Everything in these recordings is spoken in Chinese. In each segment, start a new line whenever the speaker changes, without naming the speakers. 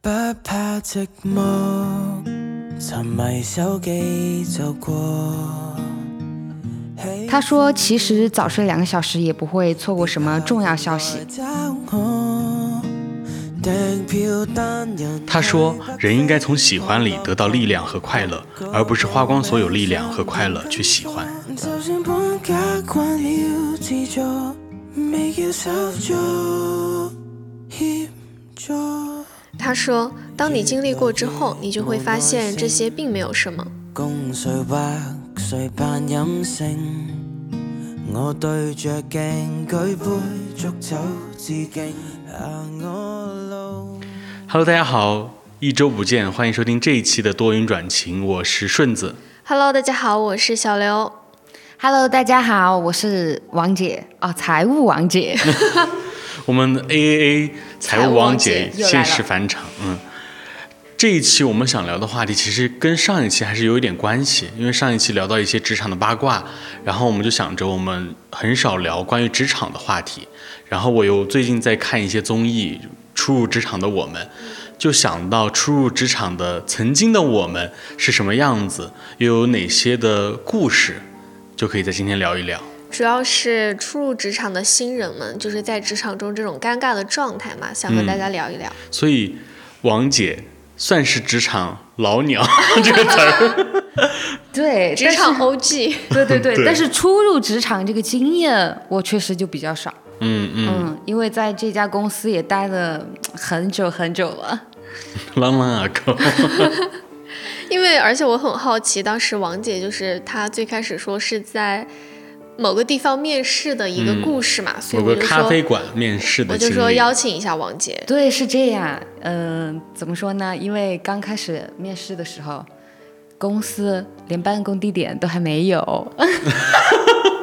不怕寂寞，沉迷手機就過。
他说：“其实早睡两个小时也不会错过什么重要消息。
他说，人应该从喜欢里得到力量和快乐，而不是花光所有力量和快乐去喜欢。
他说，当你经历过之后，你就会发现这些并没有什么。
共誰或誰扮飲勝，我對着鏡舉杯祝酒致敬。啊，我路
Hello，大家好，一周不见，欢迎收听这一期的多云转晴，我是顺子。
Hello，大家好，我是小刘。
”Hello，大家好，我是王姐哦，财务王 姐。
我们 A A A 财务王姐
财务王姐又来了
现实返场，嗯，这一期我们想聊的话题其实跟上一期还是有一点关系，因为上一期聊到一些职场的八卦，然后我们就想着我们很少聊关于职场的话题，然后我又最近在看一些综艺《初入职场的我们》。就想到初入职场的曾经的我们是什么样子，又有哪些的故事，就可以在今天聊一聊。
主要是初入职场的新人们，就是在职场中这种尴尬的状态嘛，想和大
嗯
家聊一聊。
所以王姐算是职场老鸟 这个词 儿。
对，
职场 OG，
但是对对
对
对，但是初入职场这个经验，我确实就比较少。
嗯嗯，
嗯，因为在这家公司也待了很久很久了。
朗啊朗 ago。
因为而且我很好奇，当时王姐就是她最开始说是在某个地方面试的一个故事嘛，所
嗯
以
某
我
个
就
咖啡
说，
馆面试的
我
经
就
历，
说邀请一下王姐。
对，是这样。嗯、怎么说呢？因为刚开始面试的时候，公司连办公地点都还没有，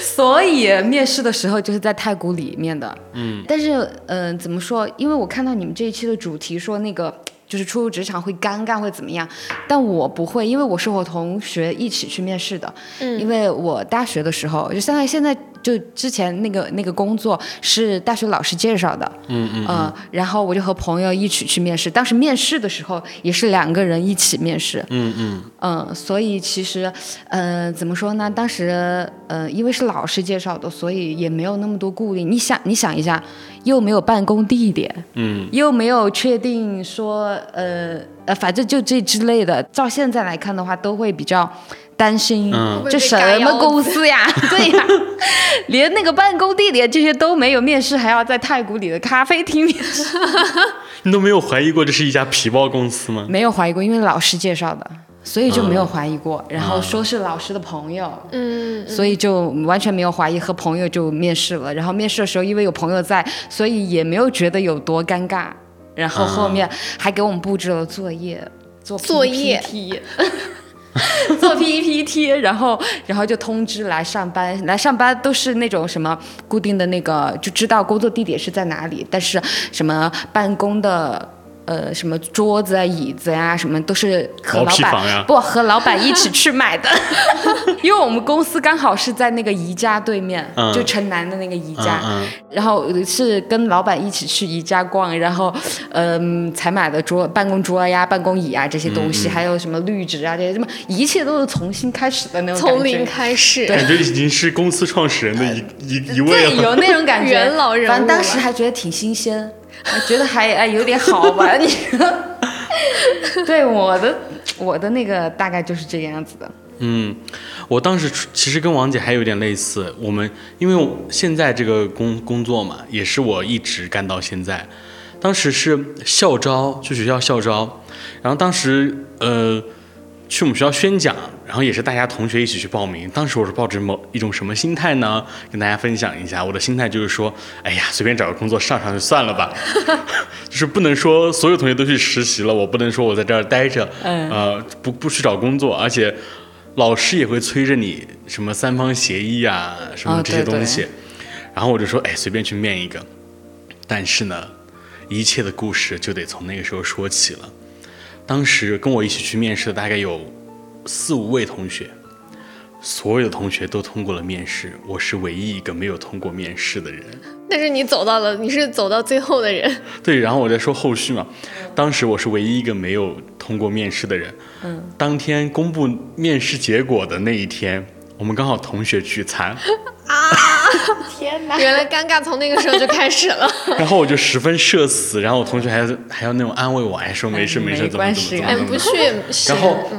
所以面试的时候就是在太古里面的。嗯，但是嗯、呃怎么说？因为我看到你们这一期的主题说那个。就是初入职场会尴尬会怎么样？但我不会，因为我是我同学一起去面试的。因
嗯，
为我大学的时候，就相当于现在就之前那个那个工作是大学老师介绍的，嗯嗯，呃，然后我就和朋友一起去面试，当时面试的时候也是两个人一起面试，
嗯嗯，
嗯，所以其实，呃，怎么说呢？当时，呃，因为是老师介绍的，所以也没有那么多顾虑。你想，你想一下，又没有办公地点，嗯，又没有确定说，呃呃，反正就这之类的。照现在来看的话，都会比较担心，
嗯
这什么公司呀？ 对呀，连那个办公地点这些都没有，面试还要在太古里的咖啡厅面试，
你都没有怀疑过这是一家皮包公司吗？
没有怀疑过，因为老师介绍的。所以就没有怀疑过，然后说是老师的朋友，
嗯，嗯
所以就完全没有怀疑，和朋友就面试了。然后面试的时候，因为有朋友在，所以也没有觉得有多尴尬。然
啊
后后面还给我们布置了作业，做
作业
PPT 做 PPT，然后然后就通知来上班，来上班都是那种什么固定的那个，就知道工作地点是在哪里，但是什么办公的。呃，什么桌子啊、椅子呀、什么都是和
毛
老
坯
板
房呀
不和老板一起去买 的，因为我们公司刚好是在那个宜家对面，
嗯
就城南的那个宜家，
嗯嗯
然后是跟老板一起去宜家逛，然后嗯、才买的桌、办公桌呀、办公椅啊这些东
嗯
西，还有什么绿植啊这些，什么一切都是从新开始的那种感觉，
从零开始，
感觉已经是公司创始人的一 一一位
对，
了。
有那种感觉，
元老人物啊
反正当时还觉得挺新鲜，还觉得还哎有点好玩，你 说？对我的我的那个大概就是这个样子的，
嗯，我当时出其实跟王姐还有点类似，我们因为我现在这个工工作嘛，也是我一直干到现在。当时是校招，去学校校招，然后当时呃去我们学校宣讲，然后也是大家同学一起去报名。当时我是抱着某一种什么心态呢？跟大家分享一下，我的心态就是说，哎呀，随便找个工作上上就算了吧，就是不能说所有同学都去实习了，我不能说我在这儿待着，呃，不不去找工作，而且老师也会催着你什么三方协议啊，什么
啊
这些
对对
东西。然后我就说，哎，随便去面一个。但是呢，一切的故事就得从那个时候说起了。当时跟我一起去面试的大概有四五位同学，所有的同学都通过了面试，我是唯一一个没有通过面试的人。
但是你走到了，你是走到最后的人，
对，然后我再说后续嘛。当时我是唯一一个没有通过面试的人。嗯。当天公布面试结果的那一天，我们刚好同学聚餐，
原来尴尬从那个时候就开始 了。
然后我就十分社死，然后我同学还还要那种安慰我，哎，说没事
嗯
没事，
没
怎么
关
怎么
系
怎么
哎，
怎么
不。去也是，
然后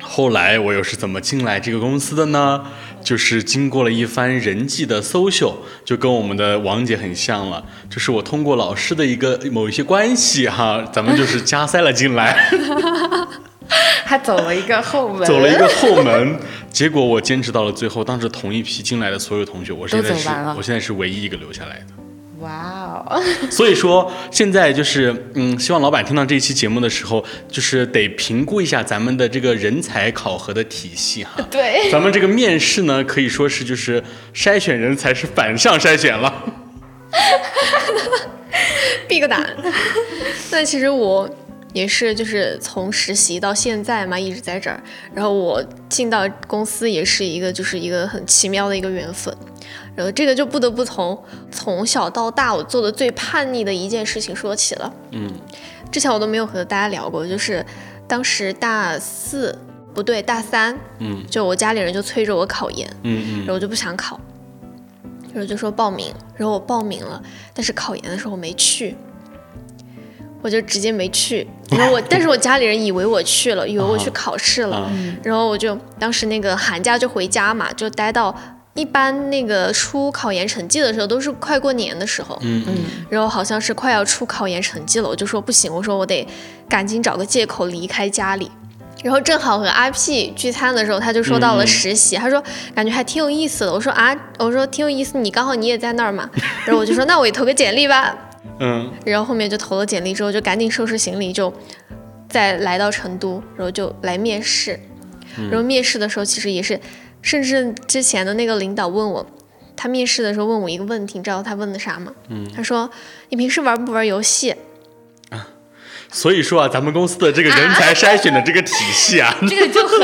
后来我又是怎么进来这个公司的呢？就是经过了一番人际的搜秀，就跟我们的王姐很像了。就是我通过老师的一个某一些关系哈，咱们就是加塞了进来，
他走了一个后门，
走了一个后门。 结果我坚持到了最后，当时同一批进来的所有同学，我现在
都走
是
完了
我现在是唯一一个留下来的。
哇哦，
所以说，现在就是，嗯，希望老板听到这一期节目的时候，就是得评估一下咱们的这个人才考核的体系哈。
对，
咱们这个面试呢，可以说是就是筛选人才是反向筛选了。
避个胆。 那其实我也是，就是从实习到现在嘛，一直在这儿。然后我进到公司也是一个，就是一个很奇妙的一个缘分。然后这个就不得不从从小到大我做的最叛逆的一件事情说起了。
嗯，
之前我都没有和大家聊过，就是当时大四不对大三，
嗯，
就我家里人就催着我考研，
嗯
然后我就不想考，然后就说报名，然后我报名了，但是考研的时候我没去，我就直接没去。然后我，但是我家里人以为我去了，以为我去考试了，
啊
然后我就当时那个寒假就回家嘛，就待到一般那个出考研成绩的时候都是快过年的时候，
嗯嗯
然后好像是快要出考研成绩了，我就说不行，我说我得赶紧找个借口离开家里。然后正好和阿 P 聚餐的时候，他就说到了实习，他说感觉还挺有意思的。我说啊，我说挺有意思，你刚好你也在那儿嘛。然后我就说那我也投个简历吧。
嗯，
然后后面就投了简历之后，就赶紧收拾行李，就再来到成都，然后就来面试。然后面试的时候，其实也是，甚至之前的那个领导问我，他面试的时候问我一个问题，你知道他问的啥吗？他说你平时玩不玩游戏？
所以说啊，咱们公司的这个人才筛选的这个体系啊，
这个就很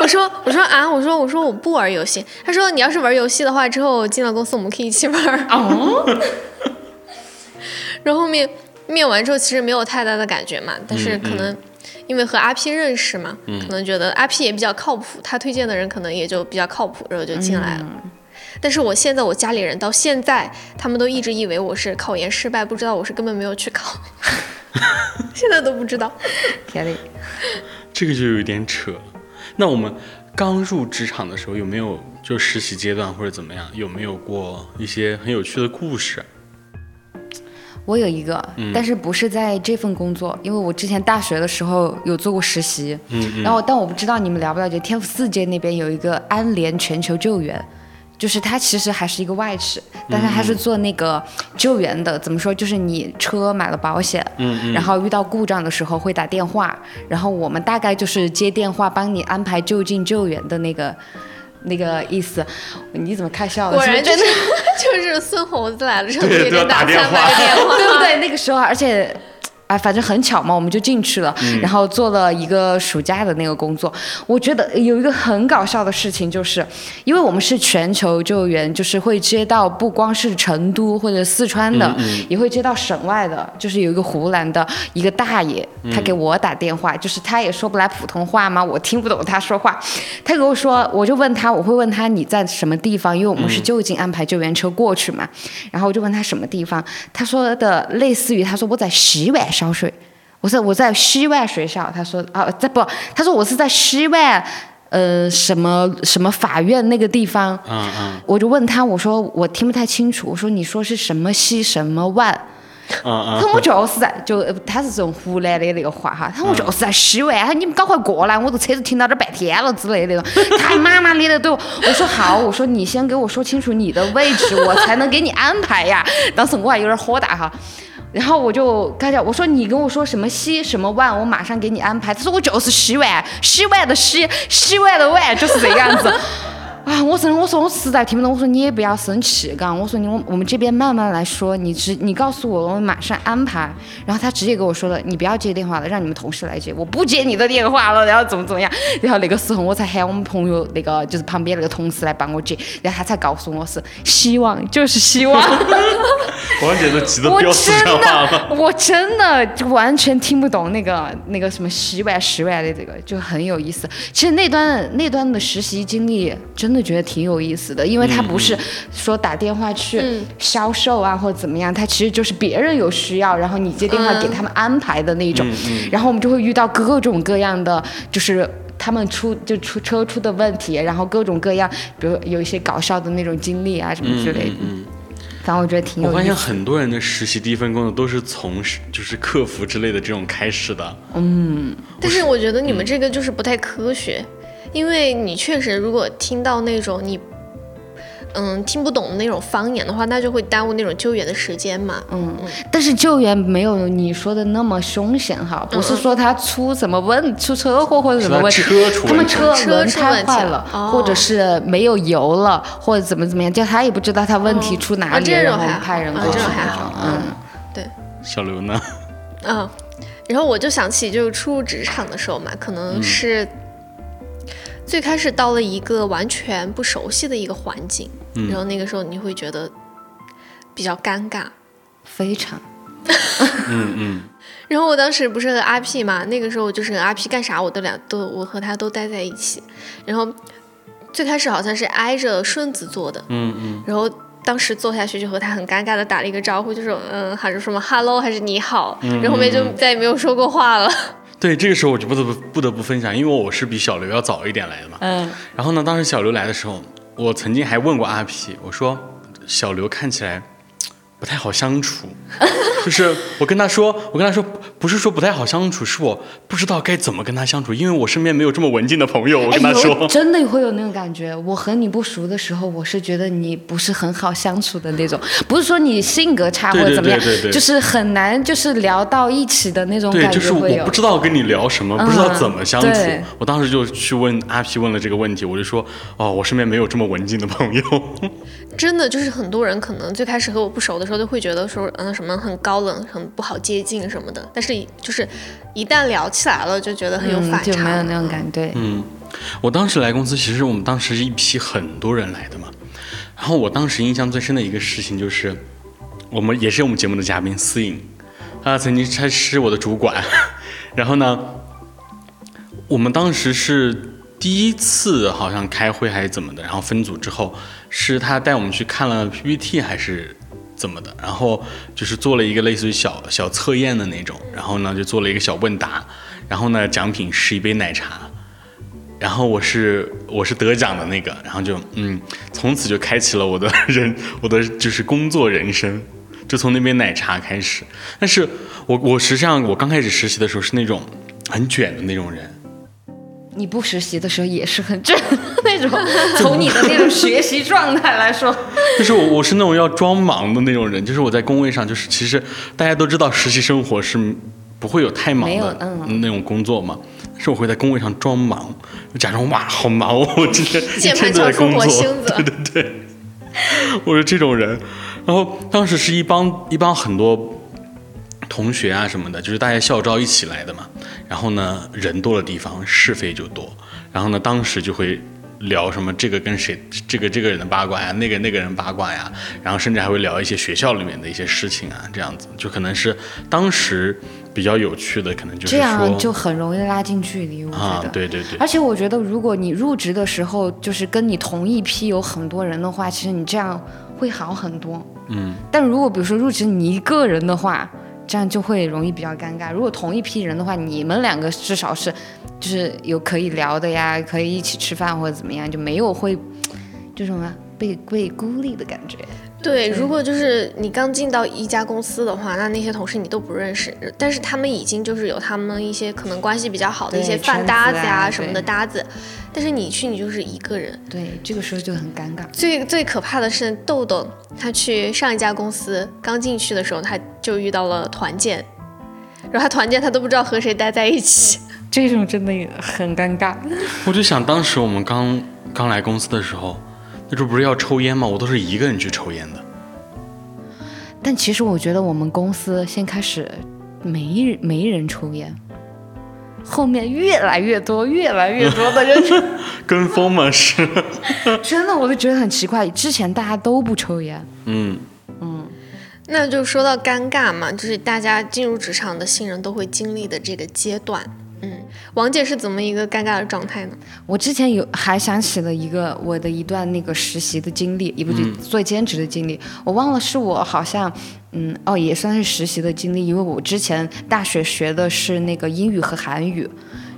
我说我说啊，我说我说我不玩游戏。他说你要是玩游戏的话，之后进了公司我们可以一起玩。
哦，
然后后面面完之后，其实没有太大的感觉嘛，但
嗯
是可能因为和阿 P 认识嘛，可能觉得阿 P 也比较靠谱，他推荐的人可能也就比较靠谱，然后就进来了。但是我现在，我家里人到现在，他们都一直以为我是考研失败，不知道我是根本没有去考， 现在都不知道。
铁力，
这个就有点扯了。那我们刚入职场的时候，有没有就实习阶段或者怎么样，有没有过一些很有趣的故事？
我有一个，
嗯
但是不是在这份工作，因为我之前大学的时候有做过实习，
嗯
然后但我不知道你们了不了解，天府四街那边有一个安联全球救援。就是它其实还是一个外事，
嗯
但是它是做那个救援的，怎么说？就是你车买了保险，
嗯嗯
然后遇到故障的时候会打电话，然后我们大概就是接电话帮你安排就近救援的那个那个意思。你怎么看
哦
笑了？
果然
是不
就是是 就是孙猴子来了之后，
对
给
都要
人打
打电
三百个
话
电 话，
对不对？那个时候，而且。哎，反正很巧嘛，我们就进去了，然后做了一个暑假的那个工作。我觉得有一个很搞笑的事情，就是因为我们是全球救援，就是会接到不光是成都或者四川的，也会接到省外的。就是有一个湖南的一个大爷，他给我打电话，就是他也说不来普通话嘛，我听不懂他说话。他给我说，我就问他，我会问他你在什么地方，因为我们是就近安排救援车过去嘛。然后我就问他什么地方，他说的类似于他说我在西外小学，我说我在西外学校，他说啊在不，他说我是在西外。呃，什么什么法院那个地方，
嗯嗯
我就问他，我说我听不太清楚，我说你说是什么西什么万，
嗯
他
嗯，
说我就是在，就呃他是这种湖南的那个话哈，他说我就是在西安，他说你们赶快过来，我都车子停到这儿半天了之类的那种，他还骂骂咧咧对我，我说好，我说你先给我说清楚你的位置，我才能给你安排呀。当时我还有点火大哈。然后我就跟他讲，我说你跟我说什么西什么万，我马上给你安排。他说我就是西万，西万的西，西万的万就是这个样子。啊，我真的，我说我实在听不懂，我说你也不要生气，刚我说你我我们这边慢慢来说，你直你告诉我，我马上安排。然后他直接给我说了，你不要接电话了，让你们同事来接，我不接你的电话了，然后怎么怎么样，然后那个时候我才喊我们朋友那个就是旁边那个同事来帮我接，然后他才告诉我是希望就是希望，
王姐都急得
我
飙四
真
川话了。
的我真的就完全听不懂那个那个什么洗碗十碗的这个就很有意思。其实那段那段的实习经历真的觉得挺有意思的，因为他不是说打电话去销售啊、或者怎么样，他其实就是别人有需要，然后你接电话给他们安排的那种，然后我们就会遇到各种各样的就是。他们出就出车出的问题，然后各种各样，比如有一些搞笑的那种经历啊什么之类的，反正我觉得挺有
我
意思
发
的。
现很多人的实习第一份工作都是从事就是客服之类的这种开始的。
但是嗯我觉得你们这个就是不太科学，因为你确实如果听到那种你。嗯，听不懂的那种方言的话，那就会耽误那种救援的时间嘛。嗯，
但是救援没有你说的那么凶险哈，不是说他出什么问出车祸或者什么问题
是他车出问题，
他们车
车
轮
出
胎
问题
坏
了
了
哦，
或者是没有油了，或者怎么怎么样，就他也不知道他问题出哪
哦
里，
这
然
种
后
还好
派人
哦
过去
这种还
那
好
种，嗯。
对。
小刘呢？
嗯，然后我就想起，就是初入职场的时候嘛，可能是最开始到了一个完全不熟悉的一个环境，然后那个时候你会觉得比较尴尬。
非常，
嗯嗯，
然后我当时不是和阿 P 嘛，那个时候我就是和阿 P 干啥我都俩都我和他都待在一起，然后最开始好像是挨着顺子坐的，嗯嗯，然后。当时坐下去就和他很尴尬的打了一个招呼，就是嗯喊着什么 “hello” 还是“你好”，然后后面就再也没有说过话了。
对，这个时候我就不得不不得不分享，因为我是比小刘要早一点来的嘛。
嗯，
然后呢，当时小刘来的时候，我曾经还问过阿皮，我说小刘看起来不太好相处， 就是我跟他说，我跟他说不是说不太好相处，是我不知道该怎么跟他相处，因为我身边没有这么文静的朋友。我
哎
跟他说，
有真的会有那种感觉。我和你不熟的时候，我是觉得你不是很好相处的那种，不是说你性格差或
对
者
对
怎么样
对对对，
就是很难就是聊到一起的那种
对，
感
就是
觉
我
会有嗯
不。知道跟你聊什么，不知道怎么相处
对。
我当时就去问阿皮问了这个问题，我就说哦，我身边没有这么文静的朋友。
真的就是很多人可能最开始和我不熟的时候，都会觉得说，嗯，什么很高冷，很不好接近什么的。但是一就是一旦聊起来了，就觉得很有
嗯
反
就没
差。
有那种感觉。
我当时来公司，其实我们当时是一批很多人来的嘛。然后我当时印象最深的一个事情就是，我们也是我们节目的嘉宾思颖，她曾经她是我的主管。 然后呢，我们当时是第一次好像开会还是怎么的，然后分组之后是她带我们去看了 PPT 还是怎么的，然后就是做了一个类似于小小测验的那种，然后呢就做了一个小问答，然后呢奖品是一杯奶茶。然后我是我是得奖的那个，然后就嗯，从此就开启了我的人 我的就是工作人生，就从那杯奶茶开始。但是我我实际上我刚开始实习的时候是那种很卷的那种人，
你不实习的时候也是很正那 种，从你的那种学习状态来说，
就是我我是那种要装忙的那种人，就是我在工位上就是其实大家都知道实习生活是不会有太忙
没有
的
嗯
那种工作嘛，但是我会在工位上装忙，就假装哇好忙哦，我今 天一
键
天
盘
都在
敲出
工
火
作，
星 子，
我是这种人。然后当时是一帮一帮很多同学啊什么的，就是大家校招一起来的嘛。然后呢，人多的地方是非就多。然后呢，当时就会聊什么这个跟谁，这个这个人的八卦呀，那个那个人八卦呀，然后甚至还会聊一些学校里面的一些事情啊，这样子就可能是当时比较有趣的，可能就是
这
说
样啊就很容易拉近距离，我觉
啊
得。，
对对对
而，且我觉得，如果你入职的时候就是跟你同一批有很多人的话，其实你这样会好很多。嗯。但如果比如说入职你一个人的话，这样就会容易比较尴尬。如果同一批人的话，你们两个至少是就是有可以聊的呀，可以一起吃饭或者怎么样，就没有会就什么啊被被孤立的感觉。嗯
对，如果就是你刚进到一家公司的话，那那些同事你都不认识，但是他们已经就是有他们一些可能关系比较好的一
对
些饭
圈
搭
子
子
啊
呀、什么的
对
搭子，但是你去你就是一个人。
对，这个时候就很尴尬。
最最可怕的是豆豆，他去上一家公司刚进去的时候，他就遇到了团建，然后他团建他都不知道和谁待在一起。
这种真的很尴尬。
我就想当时我们刚刚来公司的时候，那时候不是要抽烟吗？我都是一个人去抽烟的。
但其实我觉得我们公司先开始没没人抽烟，后面越来越多、越来越多的人，
跟风嘛是，
真的我就觉得很奇怪。之前大家都不抽烟，
嗯，
那就说到尴尬嘛，就是大家进入职场的新人都会经历的这个阶段。嗯，王姐是怎么一个尴尬的状态呢？
我之前有还想起了一个我的一段那个实习的经历，也不是做兼职的经历，我忘了是我好像，嗯，哦，也算是实习的经历，因为我之前大学学的是那个英语和韩语。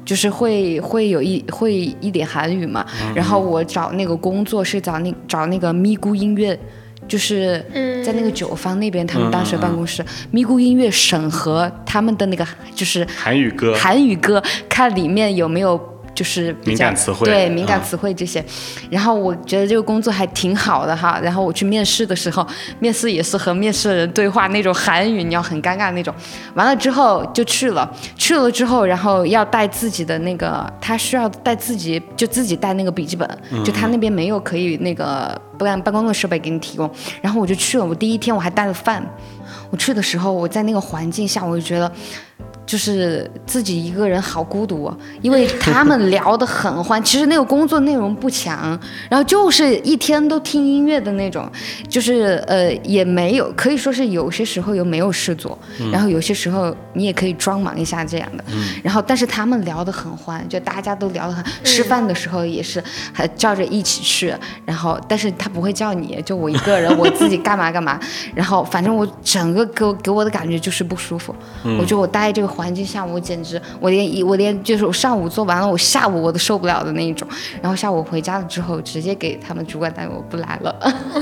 就是会会有一会一点韩语嘛，然后我找那个工作是找那找那个咪咕音乐，就是在那个九方那边他们当时办公室，咪咕音乐审核他们的那个就是
韩语歌，
韩语歌，看里面有没有就是比较
敏感词汇
对敏感
嗯
词汇这些。然后我觉得这个工作还挺好的哈。然后我去面试的时候，面试也是和面试人对话那种韩语，你要很尴尬那种。完了之后就去了，去了之后，然后要带自己的那个，他需要带自己就自己带那个笔记本，
嗯
就他那边没有可以那个不然办公的设备给你提供。然后我就去了，我第一天我还带了饭。我去的时候，我在那个环境下，我就觉得就是自己一个人好孤独、啊，因为他们聊得很欢。其实那个工作内容不强，然后就是一天都听音乐的那种，就是呃也没有，可以说是有些时候又没有事做，然后有些时候你也可以装忙一下这样的。然后但是他们聊得很欢，就大家都聊得很，吃饭的时候也是还叫着一起去，然后但是他不会叫你，就我一个人我自己干嘛干嘛，然后反正我整个给我给我的感觉就是不舒服，我觉得我待在这个环境下，我简直我连一我连就是我上午做完了，我下午我都受不了的那一种，然后下午回家了之后，直接给他们主管带我不来了，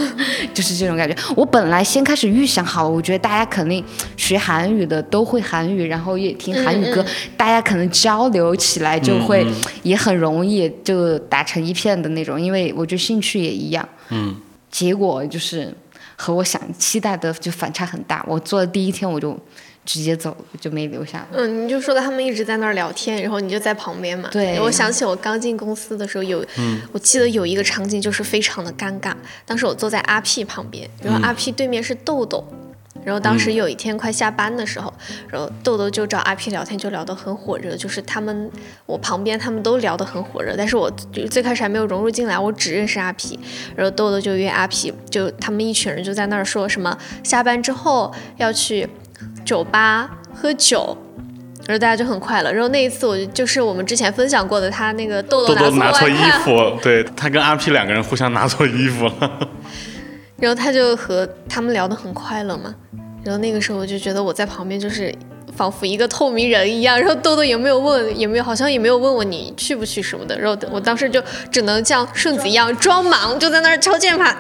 就是这种感觉。我本来先开始预想好了，我觉得大家肯定学韩语的都会韩语，然后也听韩语歌，大家可能交流起来就会也很容易就打成一片的那种，因为我觉得兴趣也一样。
嗯，
结果就是和我想期待的就反差很大。我做的第一天我就直接走了，就没留下了。
嗯，你就说到他们一直在那儿聊天，然后你就在旁边嘛。
对
我想起我刚进公司的时候有，我记得有一个场景就是非常的尴尬。当时我坐在阿 P 旁边，然后阿 P 对面是豆豆。然后当时有一天快下班的时候，然后豆豆就找阿 P 聊天，就聊得很火热，就是他们我旁边他们都聊得很火热，但是我就最开始还没有融入进来，我只认识阿 P，然后豆豆就约阿 P，就他们一群人就在那儿说什么下班之后要去酒吧喝酒。然后大家就很快乐。然后那一次，我就就是我们之前分享过的，他那个豆豆
豆豆
拿
拿错
错
衣
外套，
服，对他跟阿 P 两个人互相拿错衣服了，
然后他就和他们聊得很快乐嘛。然后那个时候我就觉得我在旁边就是仿佛一个透明人一样。然后豆豆也没有问，也没有好像也没有问我你去不去什么的。然后我当时就只能像顺子一样装忙，就在那儿敲键盘。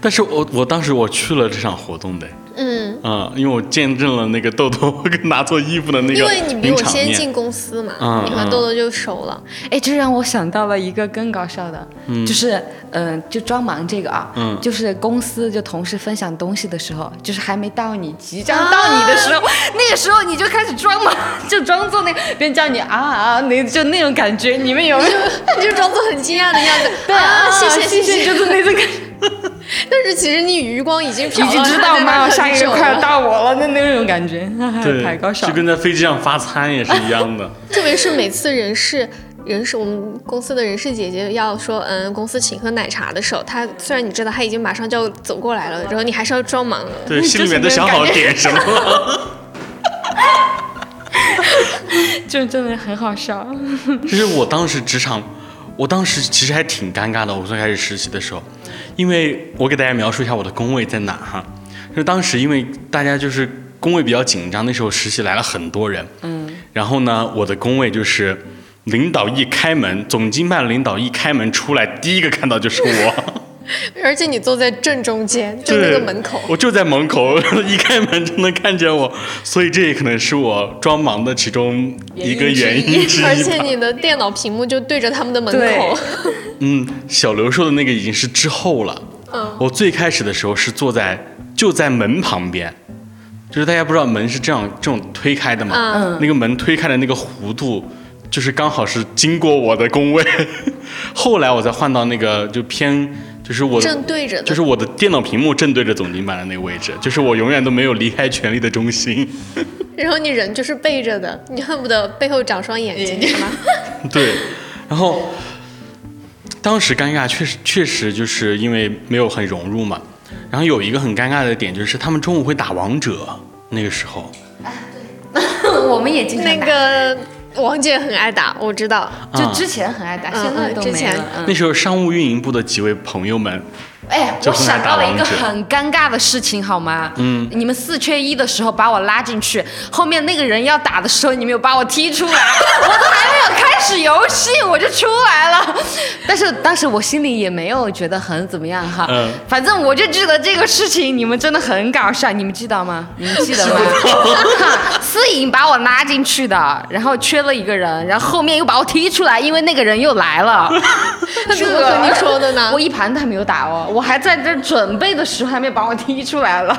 但是我我当时我去了这场活动的，
嗯，
嗯，因为我见证了那个豆豆跟拿错衣服的那
因
个
为你比
名
我
场
先
面。
进公司嘛，
嗯
你和
嗯
豆豆就熟了。
哎，这让我想到了一个更搞笑的，就是嗯、呃就装忙这个啊，
嗯
就是公司就同事分享东西的时候，就是还没到你即将到你的时候，那个时候你就开始装忙，就装作那个别人叫你啊啊，那就那种感觉，你们有没有？
你就装作很惊讶的样 子，
对
啊，谢谢
谢
谢，
就是那种 感觉。
但是其实你余光已经瞟
已经
到
知
他
道
那边
妈妈
很
下一个
久
哦快要
了
到我了，那那种感觉，
对，
太搞笑
就。跟在飞机上发餐也是一样 的。
特别是每次人事人事我们公司的人事姐姐要说，嗯，公司请喝奶茶的时候，她虽然你知道她已经马上就要走过来了，然后你还是要装忙。
对，心里面都想好点什么了。
就真的很好笑。
这是我当时职场，我当时其实还挺尴尬的。我最开始实习的时候，因为我给大家描述一下我的工位在哪儿哈，就是当时因为大家就是工位比较紧张，那时候实习来了很多人，嗯，然后呢，我的工位就是领导一开门，总经办领导一开门出来，第一个看到就是我。
而且你坐在正中间，就那
对，
个门口，
我就在门口， 一开门就能看见我，所以这也可能是我装忙的其中一个原因之一吧。
而且你的电脑屏幕就对着他们的门口
对。
嗯，小刘说的那个已经是之后了。
嗯，
我最开始的时候是坐在就在门旁边，就是大家不知道门是这样这种推开的嘛，
嗯
那个门推开的那个弧度。就是刚好是经过我的工位， 后来我才换到那个就偏就是我的
正对着的
就是我的电脑屏幕正对着总经版的那个位置，就是我永远都没有离开权力的中心。
然后你人就是背着的，你恨不得背后长双眼睛，是吗？
对，然后当时尴尬，确实确实就是因为没有很融入嘛。然后有一个很尴尬的点就是，他们中午会打王者，那个时候
我们也经常
那
打，
个王姐很爱打，我知道。
就之前很爱打，
嗯
现在
嗯
都
之
没
前
了。嗯
那时候商务运营部的几位朋友们，
哎，
就
我
是那
想
打
到了一
王
个
者
很尴尬的事情，好吗？嗯，你们四缺一的时候把我拉进去，后面那个人要打的时候，你们又把我踢出来， 我都还没有开始游戏我就出来了。但是当时我心里也没有觉得很怎么样哈，
嗯
反正我就记得这个事情，你们真的很搞笑，你们记得吗？你们 记得吗？思颖把我拉进去的，然后缺了一个人，然后后面又把我踢出来，因为那个人又来了。
他怎么
啊
和你说的呢
我？一盘都还没有打哦，我还在这儿准备的时候，还没有把我踢出来了。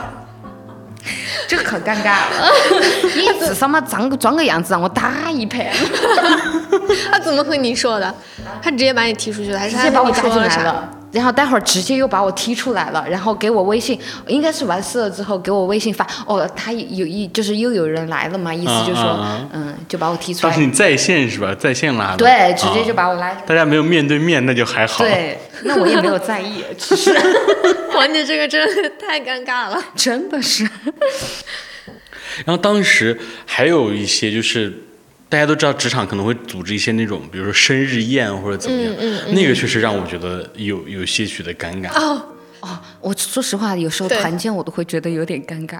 这个可尴尬 了，因此他妈装个装个样子让我打一 盘，
他怎么和你说的？他直接把你踢出去了，还是
直
他
接把我打
跟
进
你说了
来
啥？
了，然后待会儿直接又把我踢出来了，然后给我微信，应该是完事了之后给我微信发，哦，他有一就是又有人来了嘛，意思就是说，
嗯
嗯，就把我踢出
当
来
时，你在线是吧？在线拉的，
对，直接就
啊
把我拉，
大家没有面对面，那就还好。
对，那我也没有在意，其实
王姐这个真的太尴尬了。
真的是。
然后当时还有一些就是，大家都知道职场可能会组织一些那种，比如说生日宴或者怎么样，
嗯
那个确实让我觉得有有些许的尴尬。
哦，
哦，我说实话，有时候
对
团建我都会觉得有点尴尬，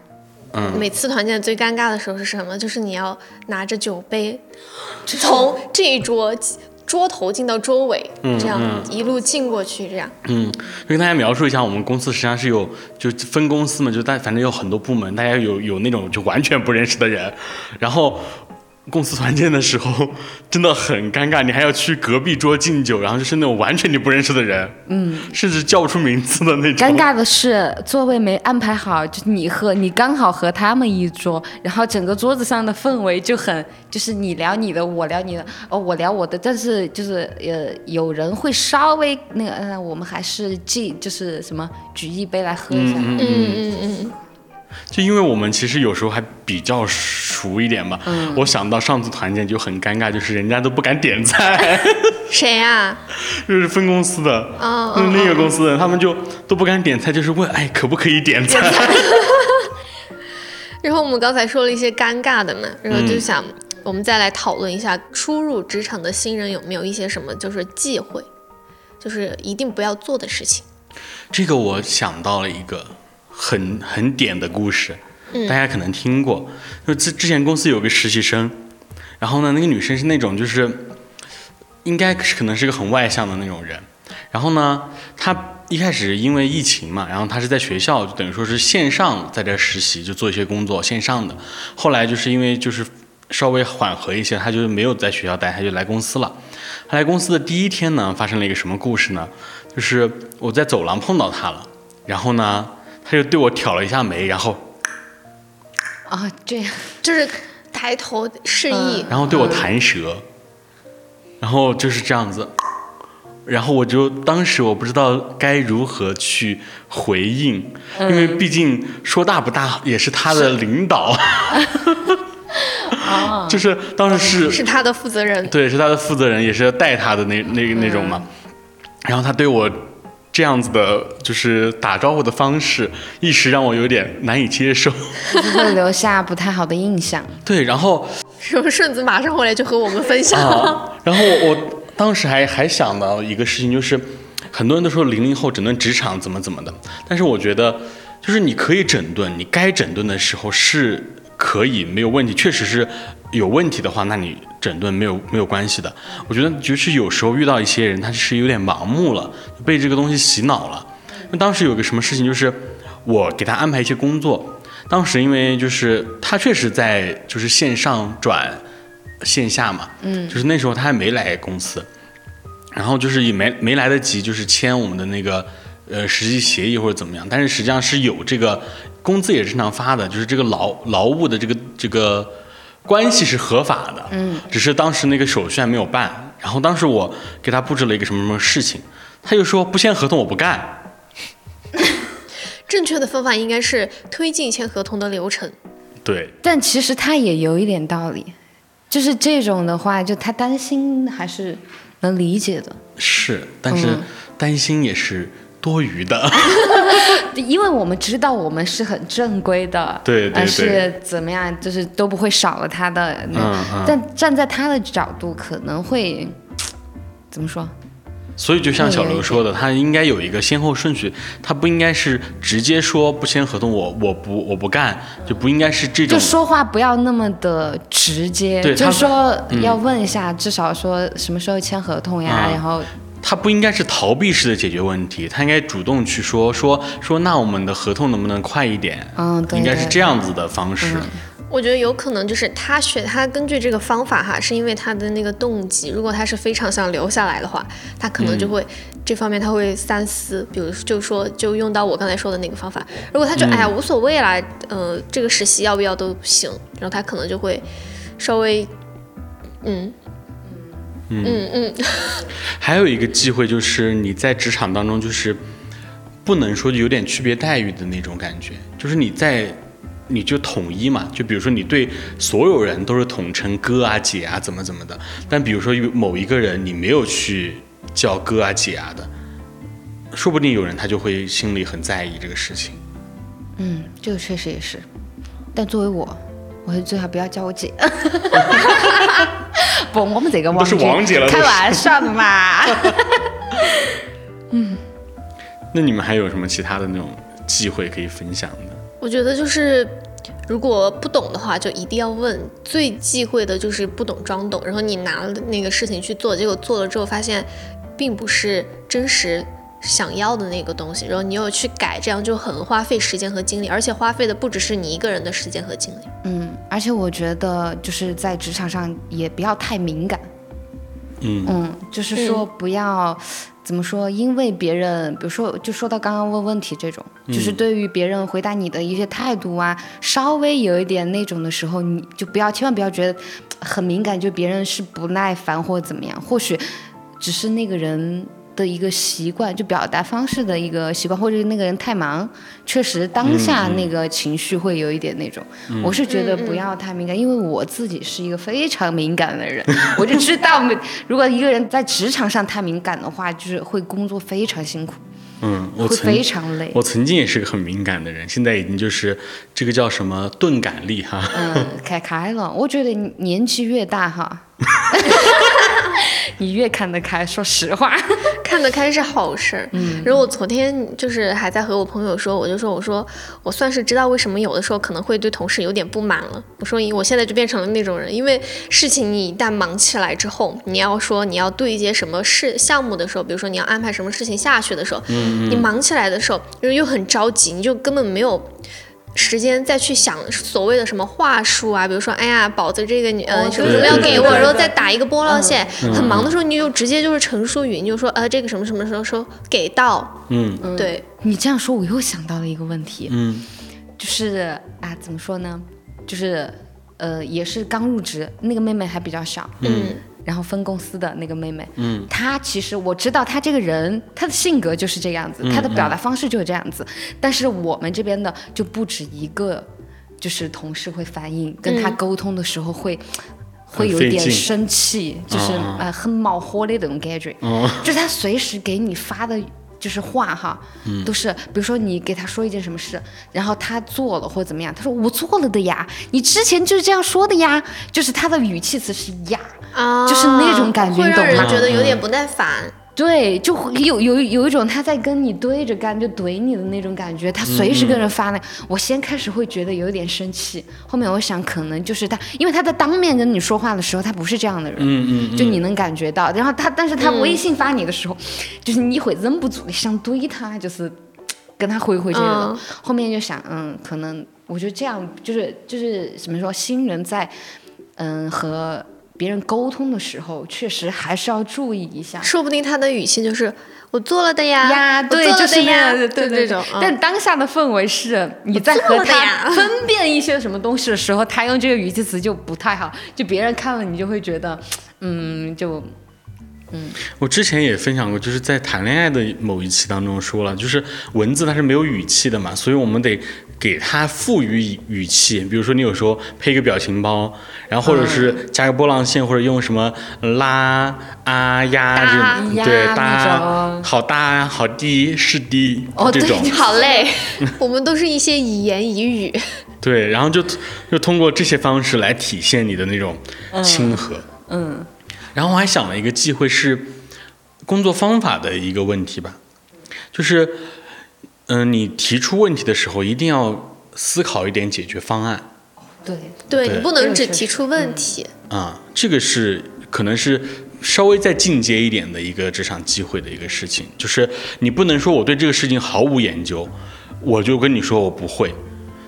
嗯，
每次团建最尴尬的时候是什么？就是你要拿着酒杯，从这一桌桌头进到桌尾，这样一路进过去，这样。
嗯，就跟大家描述一下，我们公司实际上是有就分公司嘛，就大反正有很多部门，大家有有那种就完全不认识的人，然后。公司团建的时候真的很尴尬，你还要去隔壁桌敬酒，然后就是那种完全你不认识的人，嗯，甚至叫不出名字的那种，
尴尬的是座位没安排好，就你和你刚好和他们一桌，然后整个桌子上的氛围就很，就是你聊你的，我聊你的，哦，我聊我的，但是就是呃，有人会稍微那个，嗯、我们还是敬，就是什么举一杯来喝一下，
嗯嗯嗯嗯，
就因为我们其实有时候还比较熟一点吧，
嗯
我想到上次团建就很尴尬，就是人家都不敢 点菜，
谁啊呀、
就是分公司的，
嗯
哦
那那个公司的他们就都不敢点菜，就是问哎可不可以点菜，
然后我们刚才说了一些尴尬的嘛，然后就想我们再来讨论一下，初入职场的新人有没有一些什么就是忌讳，就是一定不要做的事情。
这个我想到了一个很很点的故事，大家可能听过。就之之前公司有个实习生，然后呢，那个女生是那种就是应该是可能是个很外向的那种人。然后呢，她一开始因为疫情嘛，然后她是在学校，就等于说是线上在这儿实习，就做一些工作线上的。后来就是因为就是稍微缓和一些，她就是没有在学校待，她就来公司了。她来公司的第一天呢，发生了一个什么故事呢？就是我在走廊碰到她了，然后呢，她就对我挑了一下眉，然后
啊、这样，
就是抬头示意，
然后对我弹舌，然后就是这样子，然后我就当时我不知道该如何去回应，因为毕竟说大不大也是他的领导， 就是当时是
是他的负责人。
对，是他的负责人，也是带他的那那那种嘛。然后他对我这样子的，就是打招呼的方式，一时让我有点难以接受。
就是会留下不太好的印象。
对，然后
然后顺子马上回来就和我们分享。
啊，然后我我当时还还想到一个事情，就是很多人都说零零后整顿职场怎么怎么的，但是我觉得就是你可以整顿，你该整顿的时候是可以没有问题，确实是有问题的话，那你整顿没有没有关系的。我觉得就是有时候遇到一些人，他是有点盲目了，被这个东西洗脑了。那当时有个什么事情，就是我给他安排一些工作。当时因为就是他确实在就是线上转线下嘛，嗯，就是那时候他还没来公司，然后就是也没没来得及就是签我们的那个呃实际协议或者怎么样，但是实际上是有这个工资也是正常发的，就是这个劳劳务的这个这个关系是合法的，嗯，只是当时那个手续还没有办。然后当时我给他布置了一个什么什么事情，他就说不签合同我不干。
正确的方法应该是推进签合同的流程。
对，
但其实他也有一点道理，就是这种的话，就他担心还是能理解的，
是，但是担心也是多余的。
因为我们知道我们是很正规的，
对对
呃
对
是怎么样，就是都不会少了他的那。
嗯嗯
但站在他的角度，可能会怎么说？
所以就像小刘说的，他应该有一个先后顺序，他不应该是直接说不签合同我我不我不干，就不应该是这种
就。说话不要那么的直接，
对
就
他
是说要问一下，至少说什么时候签合同呀，
嗯
然后
他不应该是逃避式的解决问题，他应该主动去说说说，那我们的合同能不能快一点？
嗯对
应该
对
是
嗯
这样子的方式。
我觉得有可能就是他选他根据这个方法哈，是因为他的那个动机。如果他是非常想留下来的话，他可能就会、这方面他会三思，比如就说就用到我刚才说的那个方法。如果他就、哎呀无所谓啦，呃，这个实习要不要都行，然后他可能就会稍微嗯嗯嗯
还有一个忌讳就是你在职场当中就是不能说有点区别待遇的那种感觉，就是你在你就统一嘛，就比如说你对所有人都是统称哥啊姐啊怎么怎么的，但比如说有某一个人你没有去叫哥啊姐啊的，说不定有人他就会心里很在意这个事情。
嗯，这个确实也是。但作为我，我是最好不要叫我 姐。不，我们这个王
都是王姐了
开
都是
玩笑的嘛。
那你们还有什么其他的那种忌讳可以分享的？
我觉得就是，如果不懂的话，就一定要问。最忌讳的就是不懂装懂，然后你拿了那个事情去做，结果做了之后发现，并不是真实想要的那个东西，然后你又去改，这样就很花费时间和精力，而且花费的不只是你一个人的时间和精力。
嗯，而且我觉得就是在职场上也不要太敏感。
嗯
就是说不要、怎么说，因为别人，比如说就说到刚刚问问题这种，就是对于别人回答你的一些态度啊，稍微有一点那种的时候，你就不要千万不要觉得很敏感，就别人是不耐烦或怎么样，或许只是那个人。的一个习惯，就表达方式的一个习惯，或者是那个人太忙，确实当下那个情绪会有一点那种。
嗯
我是觉得不要太敏感，因为我自己是一个非常敏感的人， 我就知道，如果一个人在职场上太敏感的话，就是会工作非常辛苦，
嗯，我
会
曾
非常累。
我曾经也是个很敏感的人，现在已经就是这个叫什么钝感力哈。
嗯，开开了，我觉得你年纪越大哈， 你越看得开。说实话，
看得开是好事儿。然后我昨天就是还在和我朋友说，我就说我说我算是知道为什么有的时候可能会对同事有点不满了。我说我现在就变成了那种人，因为事情你一旦忙起来之后，你要说你要对接什么事项目的时候，比如说你要安排什么事情下去的时候，你忙起来的时候又又很着急，你就根本没有。时间再去想所谓的什么话术啊，比如说，哎呀，宝子这个女，呃，
哦
什么什
对
么要
对
给
对
我，
对嗯
然后再打一个波浪线。很忙的时候，你就直接就是陈述语，你就说，呃，这个什么什么时候说给到，
嗯
对，
你这样说，我又想到了一个问题，
嗯
就是啊，怎么说呢？就是呃，也是刚入职，那个妹妹还比较小，
嗯，
然后分公司的那个妹妹，
嗯，
她其实我知道她这个人，她的性格就是这样子，她的表达方式就是这样子。但是我们这边的就不止一个，就是同事会反映，跟她沟通的时候会。会有
很费
点
劲
生气，就是
啊
呃很冒火的那种感觉，
哦
就是他随时给你发的，就是话哈，
嗯
都是比如说你给他说一件什么事，然后他做了或者怎么样，他说我做了的呀，你之前就是这样说的呀，就是他的语气词是呀，
啊，
就是那种感觉
会
你懂
让人
吗
觉得有
嗯
点不耐烦。
对，就会有有有一种他在跟你对着干，就怼你的那种感觉。他随时跟人发那，我先开始会觉得有点生气，后面我想可能就是他，因为他在当面跟你说话的时候，他不是这样的人，
嗯嗯，
就你能感觉到。然后他，但是他微信发你的时候，就是你会忍不住的想怼他，就是跟他回回这个。
嗯
后面就想，嗯，可能我觉得这样就是就是怎么说，新人在嗯和别人沟通的时候，确实还是要注意一下。
说不定他的语气就是我做了的呀，
呀，
我做
对，
了
就
的
是那
呀
样的，对
就
对
这种。嗯
但当下的氛围是，你在
做
和
了的
他
呀
分辨一些什么东西的时候，他用这个语气词就不太好，就别人看了你就会觉得，嗯，就
我之前也分享过，就是在谈恋爱的某一期当中说了，就是文字它是没有语气的嘛，所以我们得给它赋予语气。比如说，你有时候配一个表情包，然后或者是
嗯
加个波浪线，或者用什么啦啊呀这种，
呀
对
那
搭
种
好搭好低是低
哦
这
对
种，
好累，我们都是一些以言以语，
对，然后就就通过这些方式来体现你的那种亲和。
嗯，
然后我还想了一个忌讳是工作方法的一个问题吧，就是，嗯、你提出问题的时候一定要思考一点解决方案
对，
对
对
你不能只
这个确实嗯
提出问题。
啊，这个是可能是稍微再进阶一点的一个职场忌讳的一个事情，就是你不能说我对这个事情毫无研究，我就跟你说我不会。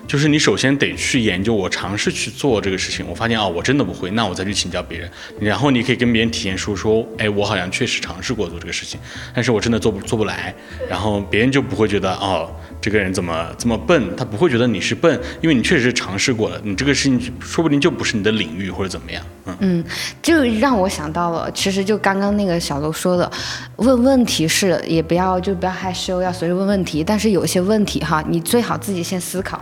就是你首先得去研究，我尝试去做这个事情，我发现啊、我真的不会，那我再去请教别人，然后你可以跟别人体验出说，哎，我好像确实尝试过做这个事情，但是我真的做不做不来，然后别人就不会觉得哦，这个人怎么这么笨，他不会觉得你是笨，因为你确实是尝试过了，你这个事情说不定就不是你的领域或者怎么样，嗯，
就让我想到了，其实就刚刚那个小楼说的，问问题是也不要就不要害羞，要随时问问题。但是有些问题哈，你最好自己先思考，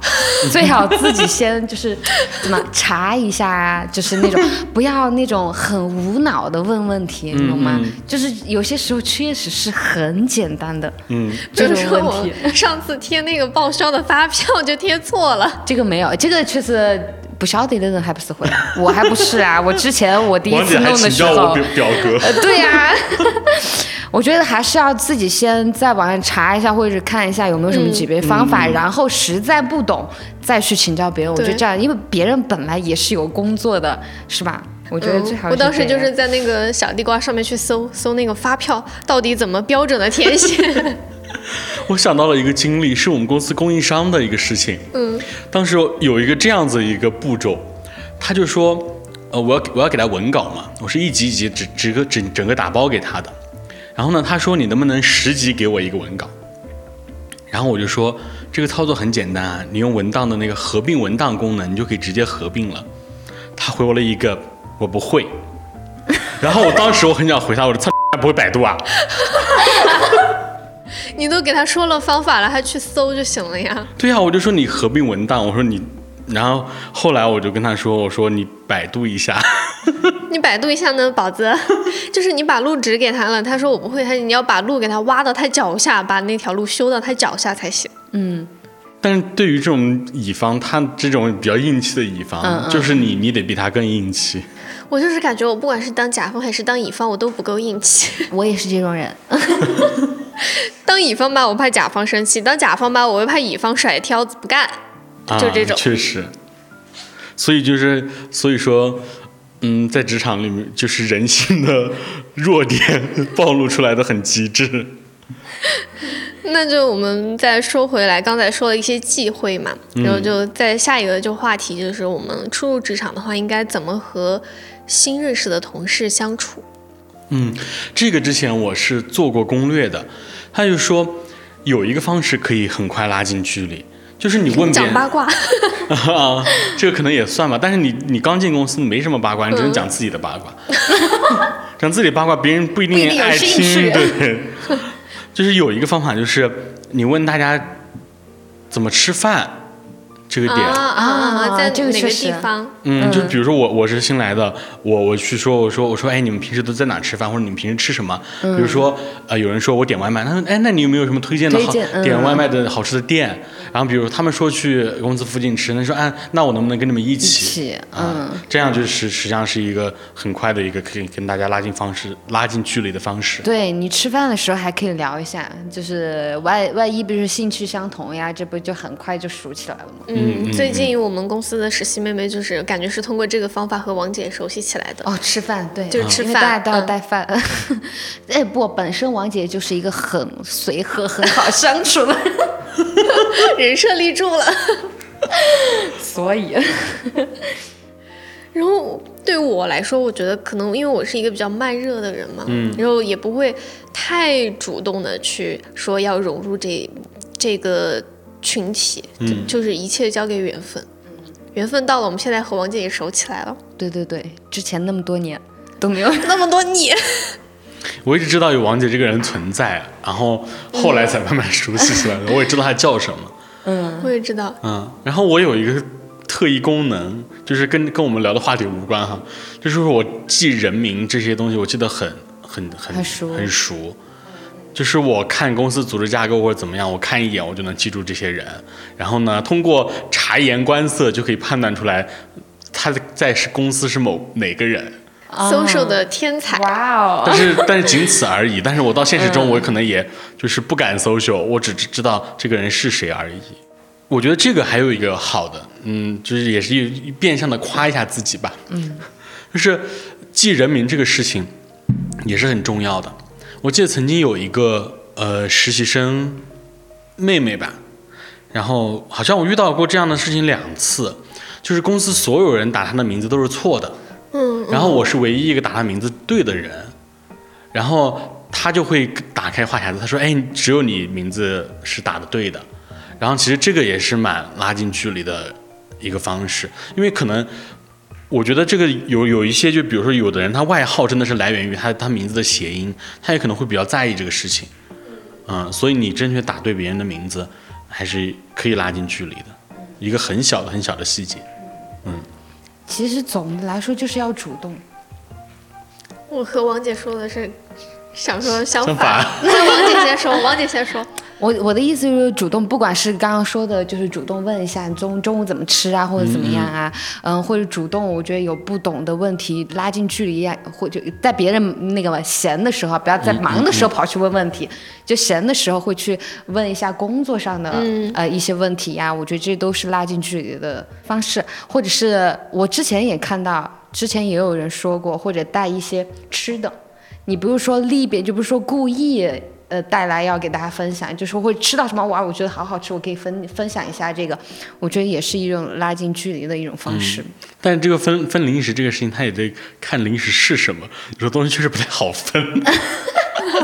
最好自己先就是怎么查一下啊，就是那种不要那种很无脑的问问题，你懂吗？就是有些时候确实是很简单的，嗯，
比
这
如
种
说
问题，
我上次贴那个报销的发票我就贴错了，
这个没有，这个确实。不晓得的人还不是会，我还不是啊！我之前我第一次弄的时候，
表格，
对呀、我觉得还是要自己先在网上查一下，或者看一下有没有什么解决方法，然后实在不懂再去请教别人。我觉得
对
这样，因为别人本来也是有工作的，是吧？嗯我觉得最好、
嗯我当时就是。在那个小地瓜上面去搜搜那个发票到底怎么标准的 填写，
我想到了一个经历，是我们公司供应商的一个事情。嗯，当时有一个这样子一个步骤，他就说，呃，我要我要给他文稿嘛，我是一集一集整整个整整个打包给他的。然后呢，他说你能不能十集给我一个文稿？然后我就说这个操作很简单啊，你用文档的那个合并文档功能，你就可以直接合并了。他回我了一个我不会。 然后我当时我很想回他，我说操，还不会百度啊？
你都给他说了方法了，还去搜就行了呀。
对啊呀、我就说你合并文档，我说你，然后后来我就跟他说，我说你百度一下，
你百度一下呢，宝子， 就是你把路指给他了，他说我不会，他你要把路给他挖到他脚下，把那条路修到他脚下才行。
但是对于这种乙方，他这种比较硬气的乙方，
嗯嗯
就是你，你得比他更硬气。
我就是感觉我不管是当甲方还是当乙方，我都不够硬气。
我也是这种人，
当乙方吧，我怕甲方生气；当甲方吧，我又怕乙方甩挑子不干。
啊
就这种
确实。所以就是，所以说，嗯，在职场里面，就是人性的弱点暴露出来的很极致。
那就我们再说回来，刚才说了一些忌讳嘛，然后就在下一个就话题就是我们初入职场的话，应该怎么和新认识的同事相处？
嗯，这个之前我是做过攻略的，他就说有一个方式可以很快拉近距离，就是你问别
讲
人。
八卦，
啊， 这个可能也算吧。但是你你刚进公司，你没什么八卦，你只能讲自己的 八卦，讲自己的八卦，别人不一
不一
定
定有
爱
兴
听。
趣
对，就是有一个方法，就是你问大家怎么吃饭这个点，
啊啊啊，
啊
在
这个
哪
确
个
实
地方？
嗯，就比如说我我是新来的，我我去说我说我说哎，你们平时都在哪吃饭，或者你们平时吃什么？
嗯
比如说呃，有人说我点外卖，他说哎，那你有没有什么推荐的
推
好
荐嗯
点外卖的好吃的店？然后比如他们说去公司附近吃，那说哎，那我能不能跟你们一起？
一起
啊
嗯，
这样就是实际上是一个很快的一个可以跟大家拉近方式、拉近距离的方式。
对你吃饭的时候还可以聊一下，就是万万一不是兴趣相同呀，这不就很快就熟起来了吗？
嗯，最近我们公司的实习妹妹就是感觉是通过这个方法和王姐熟悉起来的。
哦，吃饭对，
就是吃
因为
饭
大家都要
嗯
带饭。 哎，不，本身王姐就是一个很随和、很好相处的，
人设立住了。
所以
然后对我来说，我觉得可能因为我是一个比较慢热的人嘛，然后也不会太主动的去说要融入这这个群体，
嗯
就是一切交给缘分。缘分到了，我们现在和王健也熟起来了，
对对对，之前那么多年都没有。
那么多你，
我一直知道有王姐这个人存在，然后后来才慢慢熟悉起来的。我也知道她叫什么，
我也知道，
嗯。然后我有一个特异功能，就是跟跟我们聊的话题无关哈，就是我记人名这些东西，我记得很很很
很熟
很熟。就是我看公司组织架构或者怎么样，我看一眼我就能记住这些人，然后呢，通过察言观色就可以判断出来，他在是公司是某哪个人。
social 的天才，
哇
但
哦，
是但是仅此而已。但是我到现实中，我可能也就是不敢 social，我只知知道这个人是谁而已。我觉得这个还有一个好的，嗯，就是也是一变相的夸一下自己吧。嗯，就是记人名这个事情也是很重要的。我记得曾经有一个呃实习生妹妹吧，然后好像我遇到过这样的事情两次，就是公司所有人打她的名字都是错的，
嗯，
然后我是唯一一个打他名字对的人，然后他就会打开话匣子，他说：“哎，只有你名字是打的对的。”然后其实这个也是蛮拉近距离的一个方式，因为可能我觉得这个有有一些，就比如说有的人他外号真的是来源于他他名字的谐音，他也可能会比较在意这个事情，嗯，所以你正确打对别人的名字，还是可以拉近距离的，一个很小的很小的细节。
其实总的来说就是要主动。
我和王姐说的是，想说相
相
反
反，
那王姐先说，王姐先说，
我我的意思就是主动，不管是刚刚说的，就是主动问一下你中中午怎么吃啊，或者怎么样啊，嗯或者主动，我觉得有不懂的问题拉近距离啊，或者在别人那个闲的时候，不要在忙的时候跑去问问题，就闲的时候会去问一下工作上的、呃一些问题呀、我觉得这都是拉近距离的方式，或者是我之前也看到，之前也有人说过，或者带一些吃的。你不是说利别，就不是说故意呃带来要给大家分享，就是会吃到什么哇，我觉得好好吃，我可以分分享一下这个，我觉得也是一种拉近距离的一种方式。
但是这个分分零食这个事情，它也得看零食是什么。有时候东西确实不太好分，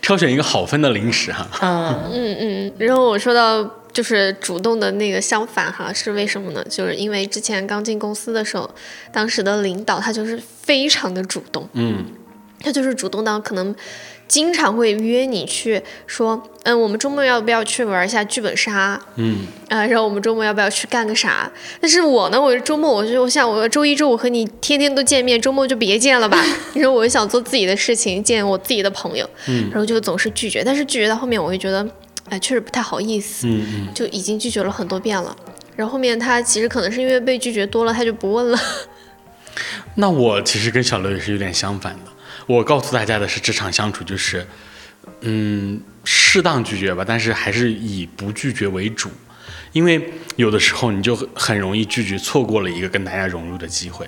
挑选一个好分的零食哈。
嗯嗯，然后我说到就是主动的那个相反哈，是为什么呢？就是因为之前刚进公司的时候，当时的领导他就是非常的主动，
嗯，
他就是主动到可能经常会约你去说，嗯，我们周末要不要去玩一下剧本杀？
嗯，
啊，然后我们周末要不要去干个啥？但是我呢，我周末我就我想，我周一周五和你天天都见面，周末就别见了吧。 你说我就想做自己的事情，见我自己的朋友，然后就总是拒绝。但是拒绝到后面，我就觉得，哎，确实不太好意思，
嗯嗯，
就已经拒绝了很多遍了。然后后面他其实可能是因为被拒绝多了，他就不问了。
那我其实跟小刘也是有点相反的。我告诉大家的是，职场相处就是，嗯，适当拒绝吧，但是还是以不拒绝为主，因为有的时候你就很容易拒绝，错过了一个跟大家融入的机会。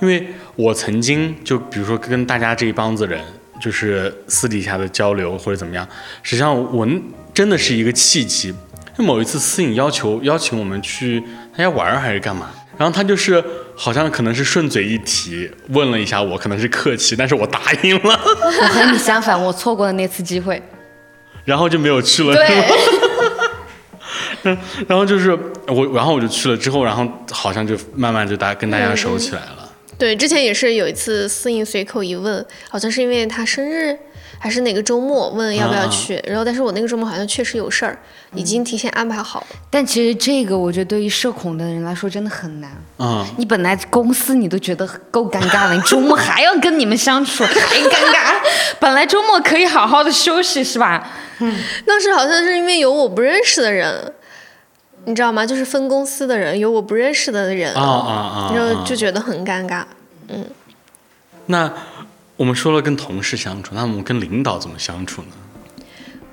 因为我曾经就比如说跟大家这一帮子人，就是私底下的交流或者怎么样，实际上我那真的是一个契机。就某一次私隐要求邀请我们去他家玩儿还是干嘛，然后他就是好像可能是顺嘴一提，问了一下我，可能是客气，但是我答应了，
我和你相反，我错过了那次机会。
然后就没有去了。是吗
对，
然后就是我，然后我就去了之后，然后好像就慢慢就大跟大家
嗯
熟起来了。
对，之前也是有一次私信随口一问，好像是因为他生日还是哪个周末问要不要去，然后但是我那个周末好像确实有事儿，已经提前安排好了。
但其实这个我觉得对于社恐的人来说真的很难。
嗯，
你本来公司你都觉得够尴尬了，你周末还要跟你们相处，还尴尬。本来周末可以好好的休息是吧？
当时好像是因为有我不认识的人，你知道吗？就是分公司的人，有我不认识的人，
啊啊啊！
然
啊
后就觉得很尴尬。
那我们说了跟同事相处，那我们跟领导怎么相处呢？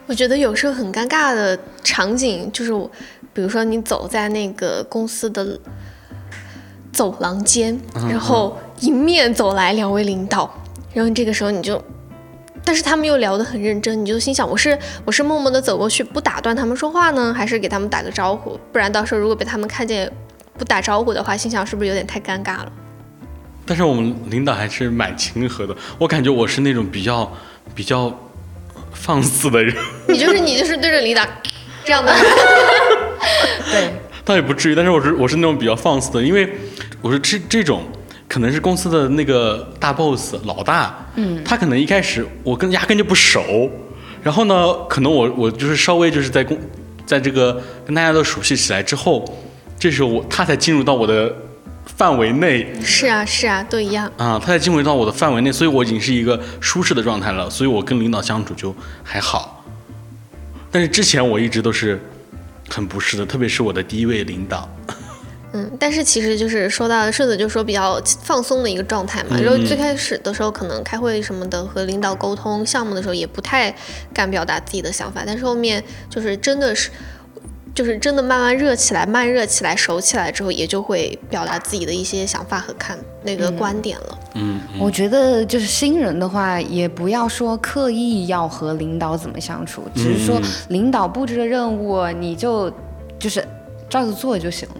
我觉得有时候很尴尬的场景就是我，比如说你走在那个公司的走廊间，然后迎面走来两位领导，然后这个时候你就，但是他们又聊得很认真，你就心想我是我是默默的走过去，不打断他们说话呢，还是给他们打个招呼？不然到时候如果被他们看见不打招呼的话，心想是不是有点太尴尬了？
但是我们领导还是蛮亲和的，我感觉我是那种比较比较放肆的人，
你就是你就是对着领导 这样的人，
对，
倒也不至于，但是我是我是那种比较放肆的，因为我是这这种可能是公司的那个大 boss 老大，嗯，他可能一开始我跟压根就不熟，然后呢，可能我我就是稍微就是在公在这个跟大家都熟悉起来之后，这时候我他才进入到我的范围内，
是啊是啊，都一样。
啊，他在进入到我的范围内，所以我已经是一个舒适的状态了，所以我跟领导相处就还好。但是之前我一直都是很不适的，特别是我的第一位领导，
嗯，但是其实就是说到顺子就说比较放松的一个状态嘛，然
嗯
后最开始的时候可能开会什么的和领导沟通项目的时候也不太敢表达自己的想法，但是后面就是真的是。就是真的慢慢热起来，慢热起来，熟起来之后，也就会表达自己的一些想法和看那
嗯
个观点了。
我觉得就是新人的话，也不要说刻意要和领导怎么相处，只是说领导布置的任务，你就就是照着做就行了。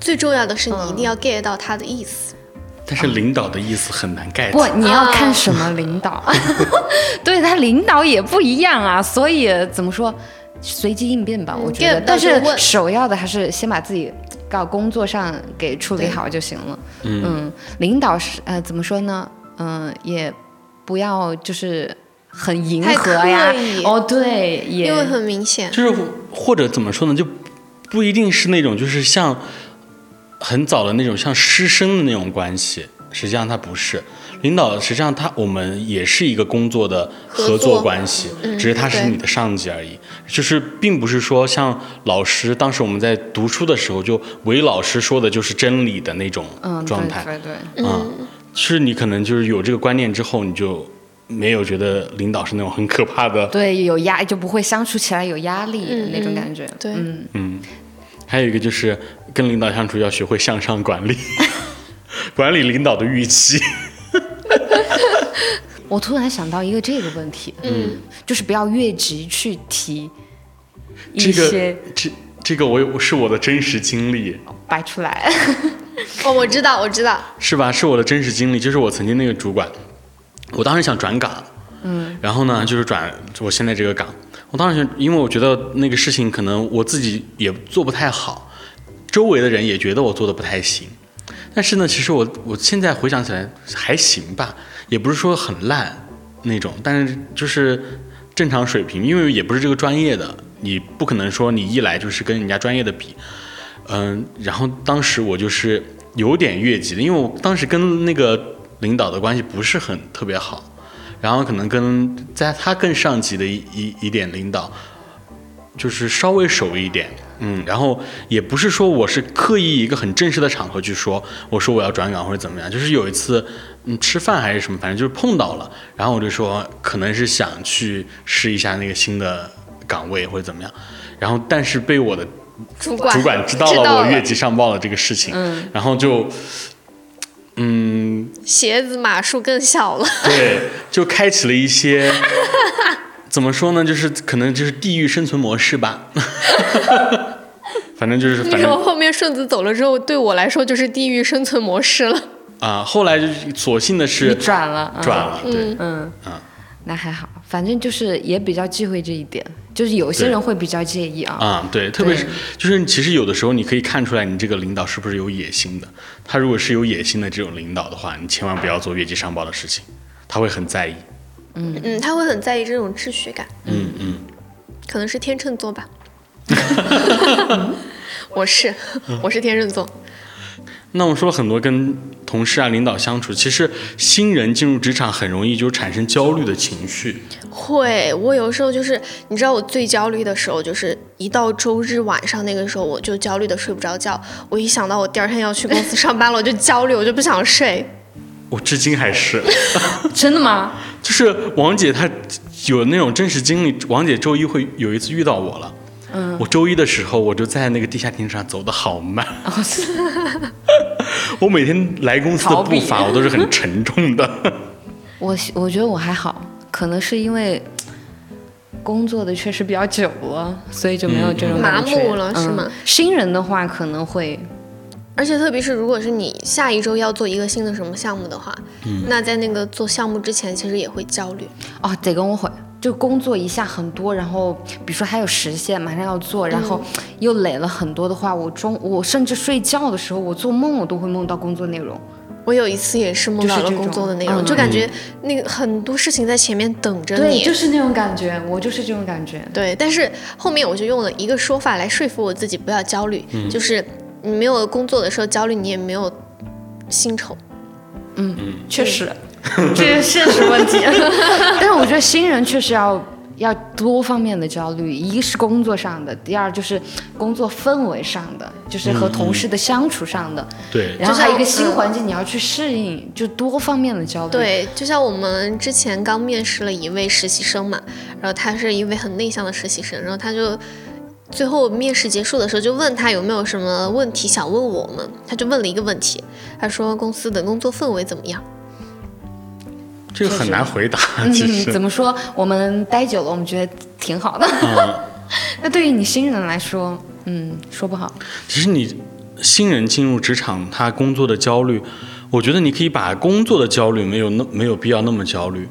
最重要的是，你一
嗯
定要 get 到他的意思。
但是领导的意思很难 get。
不，你要看什么领导，啊 对他领导也不一样啊，所以怎么说，随机应变吧，我觉
get
得。嗯
不到
但
就是问
首要的还是先把自己搞工作上给处理好就行了。嗯领导是呃怎么说呢？嗯、也不要就是很迎
太
合呀
刻意。
哦，对，也
因为很明显，
就是或者怎么说呢，就不一定是那种就是像很早的那种像师生的那种关系，实际上他不是。领导实际上他我们也是一个工作的合
合
作
作
关系，
嗯
只是他是
对
你的上级而已，就是并不是说像老师当时我们在读书的时候就唯老师说的就是真理的那种
嗯，对
状态。
对对，
啊，是你可能就是有这个观念之后，你就没有觉得领导是那种很可怕的
对有压就不会相处起来有压力的那种感觉。
对
嗯，
还有一个就是跟领导相处要学会向上管理， 管理领导的预期。
我突然想到一个这个问题，嗯，就是不要越级去提一
这个
些
这这个我有是我的真实经历，
摆出来，
哦，我知道，我知道，
是吧？是我的真实经历，就是我曾经那个主管，我当时想转岗，嗯，然后呢就是转我现在这个岗，我当时因为我觉得那个事情可能我自己也做不太好，周围的人也觉得我做的不太行，但是呢，其实我我现在回想起来还行吧，也不是说很烂那种，但是就是正常水平，因为也不是这个专业的，你不可能说你一来就是跟人家专业的比，嗯，然后当时我就是有点越级的，因为我当时跟那个领导的关系不是很特别好，然后可能跟在他更上级的一一一点领导，就是稍微熟一点，嗯，然后也不是说我是刻意一个很正式的场合去说，我说我要转岗或者怎么样，就是有一次，嗯，吃饭还是什么，反正就是碰到了，然后我就说可能是想去试一下那个新的岗位或者怎么样，然后但是被我的
主管
主管知道了我越级上报了这个事情，然后就，嗯，
鞋子码数更小了。
对，就开启了一些怎么说呢，就是可能就是地狱生存模式吧， 反正就是
你
反
说
正
后面顺子走了之后，对我来说就是地狱生存模式了。
啊、后来就是索性的
你
是
转了，嗯
转了，对，
嗯
啊
那还好，反正就是也比较忌讳这一点，就是有些
对
人会比较介意啊。
啊、对，特别是就是其实有的时候你可以看出来你这个领导是不是有野心的，他如果是有野心的这种领导的话，你千万不要做越级上报的事情，他会很在意。
嗯，他会很在意这种秩序感，
嗯嗯，
可能是天秤 座吧。我是，我是天秤座。
那我说了很多跟同事啊、领导相处，其实新人进入职场很容易就产生焦虑的情绪。
会，我有时候就是，你知道我最焦虑的时候，就是一到周日晚上那个时候，我就焦虑的睡不着觉。我一想到我第二天要去公司上班了，我就焦虑，我就不想睡。
我至今还是，
真的吗？
就是王姐她有那种真实经历，王姐周一会有一次遇到我了。嗯，我周一的时候，我就在那个地下停车场走得好慢。
哦
我每天来公司的
逃避
步伐，我都是很沉 重的。
我我觉得我还好，可能是因为工作的确实比较久了，所以就没有这种
嗯
感觉
麻木了是吗
嗯新人的话可能会
而且特别是如果是你下一周要做一个新的什么项目的话，
嗯
那在那个做项目之前，其实也会焦虑。
哦，得跟我会，就工作一下很多，然后比如说还有实现马上要做，然后又累了很多的话，我中我甚至睡觉的时候，我做梦我都会梦到工作内容。
我有一次也是梦
就是
到了
这
工作
种
的内容，
嗯
就感觉那个很多事情在前面等着你。
就是那种感觉，我就是这种感觉。
对，但是后面我就用了一个说法来说服我自己不要焦虑，
嗯
就是你没有工作的时候焦虑，你也没有薪酬。
嗯确 实，这是现实问题。 但是我觉得新人确实要要多方面的焦虑，一是工作上的，第二就是工作氛围上的，就是和同事的相处上的，
对，
然后
就
还有一
像
个新
嗯
环境你要去适应，就多方面的焦虑。，
对，就像我们之前刚面试了一位实习生嘛，然后他是一位很内向的实习生，然后他就最后面试结束的时候就问他有没有什么问题想问我们，他就问了一个问题，他说公司的工作氛围怎么样？
这个很难回答，其
嗯，
实
怎。么说？我们待久了，我们觉得挺好的。 那对于你新人来说，嗯，说不好。
其实你新人进入职场，他工作的焦虑，我觉得你可以把工作的焦虑没有那没有必要那么焦虑，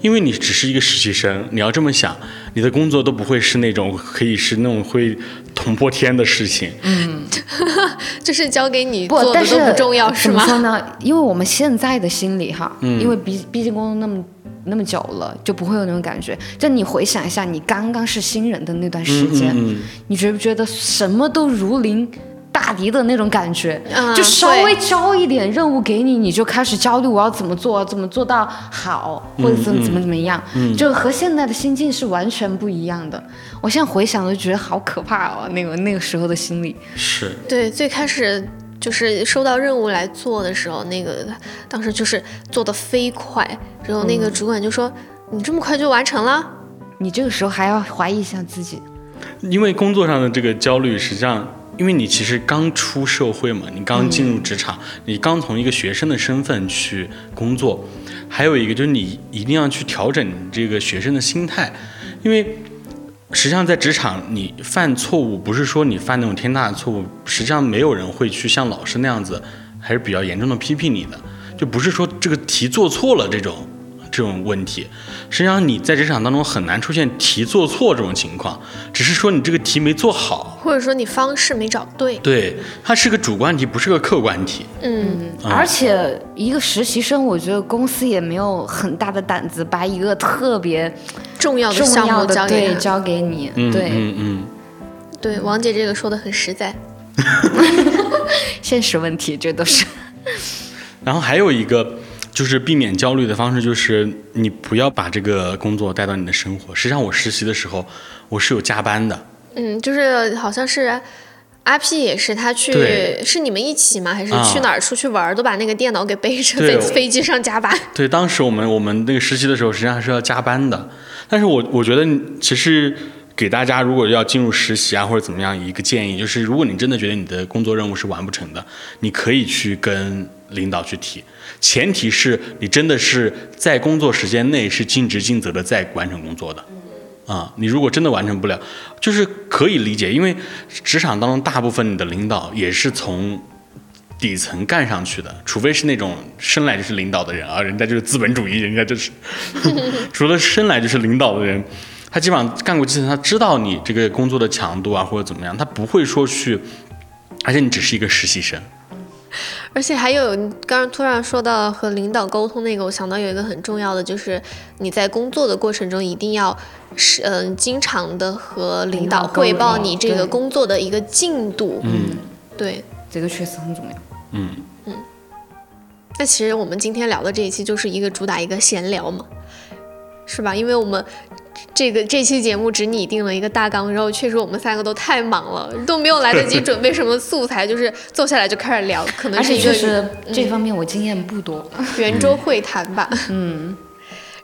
因为你只是一个实习生，你要这么想，你的工作都不会是那种可以是那种会捅破天的事情。
就是交给你
不
做，的
但是
都不重要是
怎么说
吗？
呢？因为我们现在的心理哈，因为毕毕竟工作那么那么久了，就不会有那种感觉。就你回想一下，你刚刚是新人的那段时间，你觉不觉得什么都如临？大敌的那种感觉，
嗯
就稍微
会
交一点任务给你，你就开始焦虑，我要怎么做，怎么做到好，或者怎么怎么怎么样，就和现在的心境是完全不一样的。我现在回想都觉得好可怕哦，那个那个时候的心理，
是，
对，最开始。就是收到任务来做的时候，那个当时就是做的飞快，然后那
嗯
个主管就说：“你这么快就完成了？
你这个时候还要怀疑一下自己，
因为工作上的这个焦虑，实际上。因为你其实刚出社会嘛，你刚进入职场，你刚从一个学生的身份去工作，还有一个就是你一定要去调整你这个学生的心态，因为实际上在职场你犯错误，不是说你犯那种天大的错误，实际上没有人会去像老师那样子，还是比较严重的批评你的，就不是说这个题做错了这种呃这种问题，实际上你在职场当中很难出现题做错这种情况，只是说你这个题没做好。
或者说你方式没找对。
对，它是个主观题，不是个客观题。
嗯，
啊
而且一个实习生，我觉得公司也没有很大的胆子把一个特别
重要的
重
项
要
目交
的
给
对
他。
哦交给你，
嗯
对
嗯嗯，
对，王姐这个说的很实在。
现实问题，这都是
然后还有一个就是避免焦虑的方式，就是你不要把这个工作带到你的生活。实际上，我实习的时候我是有加班的，
嗯，就是好像是阿 P 也是，他
对
去是你们一起吗？还是
啊
去哪儿出去玩儿、都把那个电脑给背着
对
在
我
飞机上加班？
对，当时我们我们那个实习的时候，实际上是要加班的。但是我我觉得，其实给大家如果要进入实习啊或者怎么样，一个建议就是，如果你真的觉得你的工作任务是完不成的，你可以去跟领导去提，前提是你真的是在工作时间内是尽职尽责的在完成工作的。啊，你如果真的完成不了，就是可以理解，因为职场当中大部分你的领导也是从底层干上去的，除非是那种生来就是领导的人啊，人家就是资本主义，人家就是 除了生来就是领导的人，他基本上干过基层，他知道你这个工作的强度啊或者怎么样，他不会说去，而且你只是一个实习生，
而且还有，你刚刚突然说到和领导沟通那个，我想到有一个很重要的，就是你在工作的过程中一定要是嗯、经常的和领导汇报你这
哦对
个工作的一个进度。嗯，对。
这个确实很重要。
那其实我们今天聊的这一期就是一个主打一个闲聊嘛，是吧？因为我们这个这期节目只拟定了一个大纲，然后确实我们三个都太忙了，都没有来得及准备什么素材，就是坐下来就开始聊，可能
而
是
且
一
确
个
实这方面我经验不多，
圆桌会谈吧。嗯。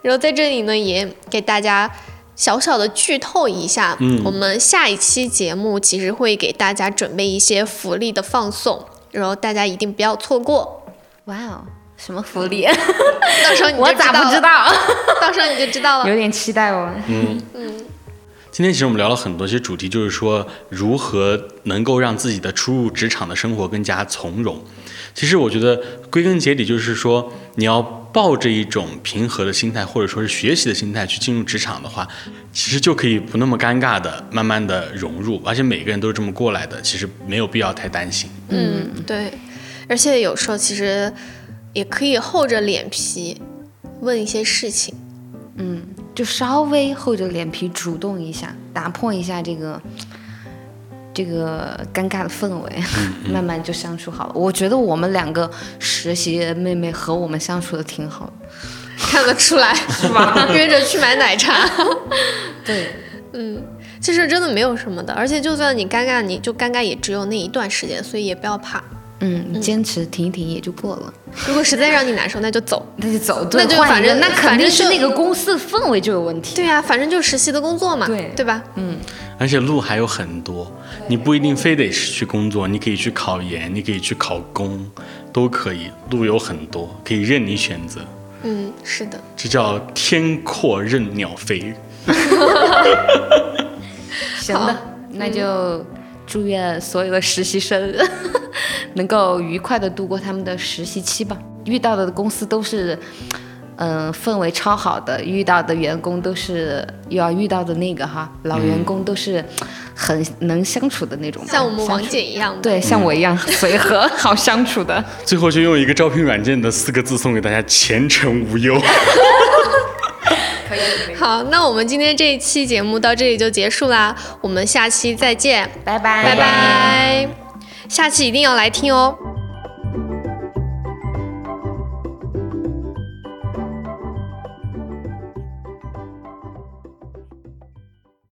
然后在这里呢，也给大家小小的剧透一下，嗯，我们下一期节目其实会给大家准备一些福利的放送，然后大家一定不要错过。
哇哦，什么福 利？
到时候你就
我咋不知
道
道？
了？到时候你就知道了。
有点期待哦。
嗯，今天其实我们聊了很多，其实主题就是说如何能够让自己的初入职场的生活更加从容。其实我觉得归根结底就是说，你要抱着一种平和的心态，或者说是学习的心态去进入职场的话，其实就可以不那么尴尬的慢慢的融入，而且每个人都是这么过来的，其实没有必要太担心。
嗯，对，而且有时候其实也可以厚着脸皮问一些事情。
就稍微厚着脸皮主动一下，打破一下这个这个尴尬的氛围，慢慢就相处好了。我觉得我们两个实习妹妹和我们相处的挺好的。
看得出来，是吧？ 约着去买奶茶，
对，
其实真的没有什么的。而且就算你尴尬，你就尴尬也只有那一段时间，所以也不要怕。
嗯，坚持挺一挺也就过了。
如果实在让你难受，那就走。
那就走，
那就
换一
反
个
正
那肯
反
定
正
是
就
那个公司氛围就有问题。
对呀、反正就实习的工作嘛，
对
吧？
而且路还有很多，你不一定非得是去工作，你可以去考研，你可以去考公，都可以，路有很多，可以任你选择。
嗯，是的。
这叫天阔任鸟飞。
行的，
嗯
那就祝愿所有的实习生 能够愉快的度过他们的实习期吧。遇到的公司都是，嗯、氛围超好的，遇到的员工都是又要遇到的那个哈，老员工都是很能相处的那种，
像我们王
相处
姐一样的，
对，像我一样随和、好相处的。
最后就用一个招聘软件的四个字送给大家：前程无忧。
好，那我们今天这一期节目到这里就结束啦，我们下期再见，
拜拜
拜拜，下期一定要来听哦。